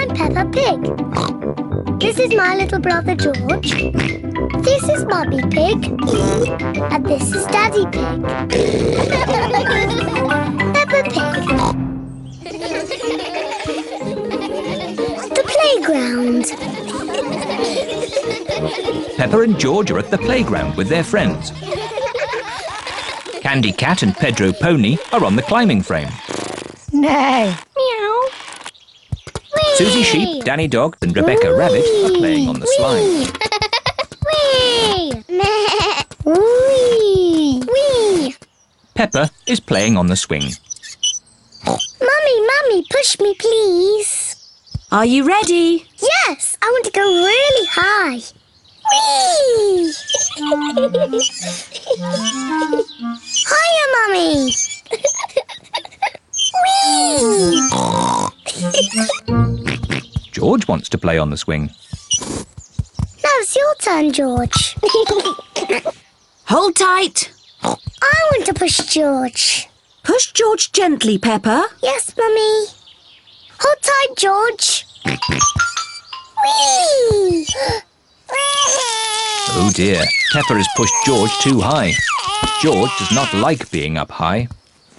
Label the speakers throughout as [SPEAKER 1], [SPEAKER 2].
[SPEAKER 1] Pig. This is my little brother George. This is Mummy Pig. And this is Daddy Pig. Peppa Pig. The playground.
[SPEAKER 2] Pepper and George are at the playground with their friends. Candy Cat and Pedro Pony are on the climbing frame.
[SPEAKER 3] Nay.
[SPEAKER 1] Meow.
[SPEAKER 2] Susie Sheep, Danny Dog, and Rebecca Rabbit are playing on the slide.
[SPEAKER 1] Wee! Wee! Wee!
[SPEAKER 2] Pepper is playing on the swing.
[SPEAKER 1] Mummy, mummy, push me, please.
[SPEAKER 3] Are you ready?
[SPEAKER 1] Yes, I want to go really high. Wee! Higher, mummy. Wee!
[SPEAKER 2] George wants to play on the swing.
[SPEAKER 1] Now it's your turn, George.
[SPEAKER 3] Hold tight.
[SPEAKER 1] I want to push George.
[SPEAKER 3] Push George gently, Pepper.
[SPEAKER 1] Yes, Mummy. Hold tight, George. Whee!
[SPEAKER 2] Oh dear, Pepper has pushed George too high. George does not like being up high.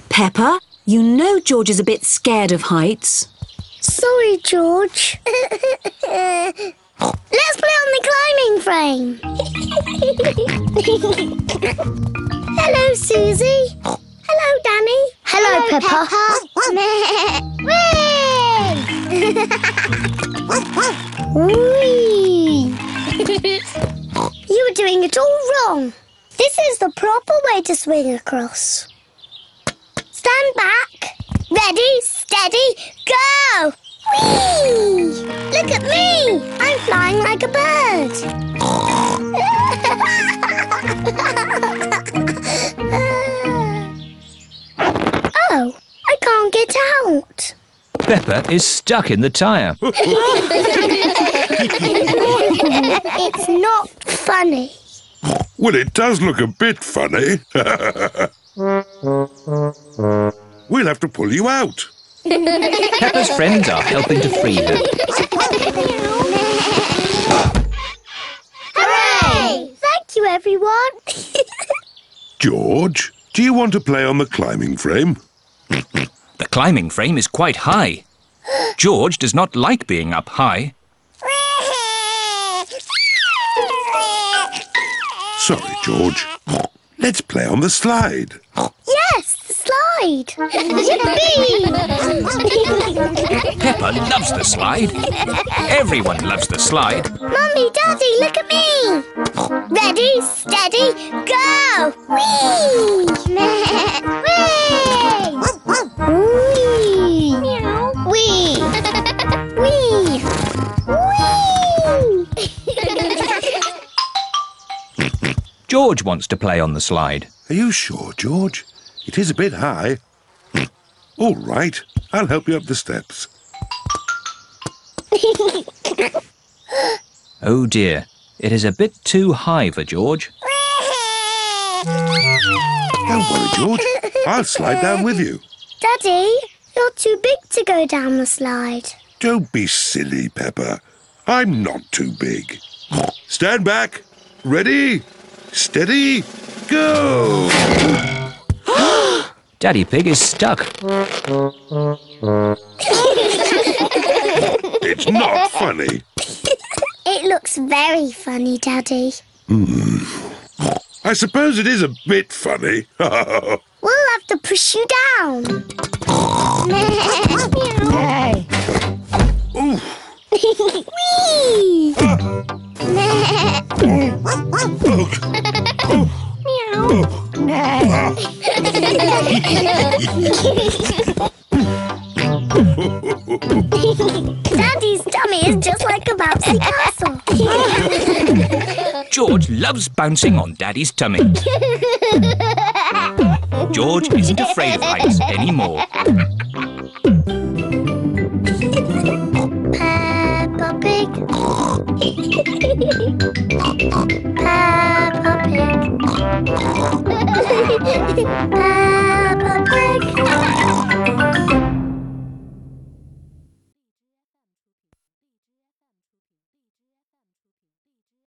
[SPEAKER 3] Pepper, you know George is a bit scared of heights.
[SPEAKER 1] Sorry, George. Let's play on the climbing frame. Hello, Susie. Hello, Danny. Hello, Peppa. Whee! you were doing it all wrong. This is the proper way to swing across. Stand back. Ready, steady, go! Whee! Look at me! I'm flying like a bird. oh, I can't get out.
[SPEAKER 2] Pepper is stuck in the tyre.
[SPEAKER 1] It's not funny.
[SPEAKER 4] Well, it does look a bit funny. we'll have to pull you out.
[SPEAKER 2] Pepper's friends are helping to free her.
[SPEAKER 1] Hooray! Thank you, everyone.
[SPEAKER 4] George, do you want to play on the climbing frame?
[SPEAKER 2] The climbing frame is quite high. George does not like being up high.
[SPEAKER 4] Sorry, George. Let's play on the slide.
[SPEAKER 1] Yes, the slide. Yippee!
[SPEAKER 2] Pepper loves the slide. Everyone loves the slide.
[SPEAKER 1] Mummy, Daddy, look at me. Ready, steady, go! Whee! Whee! Whee! Meow. Whee! Whee! Whee!
[SPEAKER 2] George wants to play on the slide.
[SPEAKER 4] Are you sure, George? It is a bit high. All right, I'll help you up the steps.
[SPEAKER 2] Oh dear, it is a bit too high for George.
[SPEAKER 4] Don't worry, George. I'll slide down with you.
[SPEAKER 1] Daddy, you're too big to go down the slide.
[SPEAKER 4] Don't be silly, Pepper. I'm not too big. Stand back. Ready? Steady? Go!
[SPEAKER 2] Daddy Pig is stuck.
[SPEAKER 4] It's not funny.
[SPEAKER 1] It looks very funny, Daddy.
[SPEAKER 4] I suppose it is a bit funny.
[SPEAKER 1] We'll have to push you down.
[SPEAKER 3] Hey.
[SPEAKER 1] Whee!
[SPEAKER 3] Nay.
[SPEAKER 1] Daddy's tummy is just like a bouncy castle.
[SPEAKER 2] George loves bouncing on Daddy's tummy. George isn't afraid of heights anymore.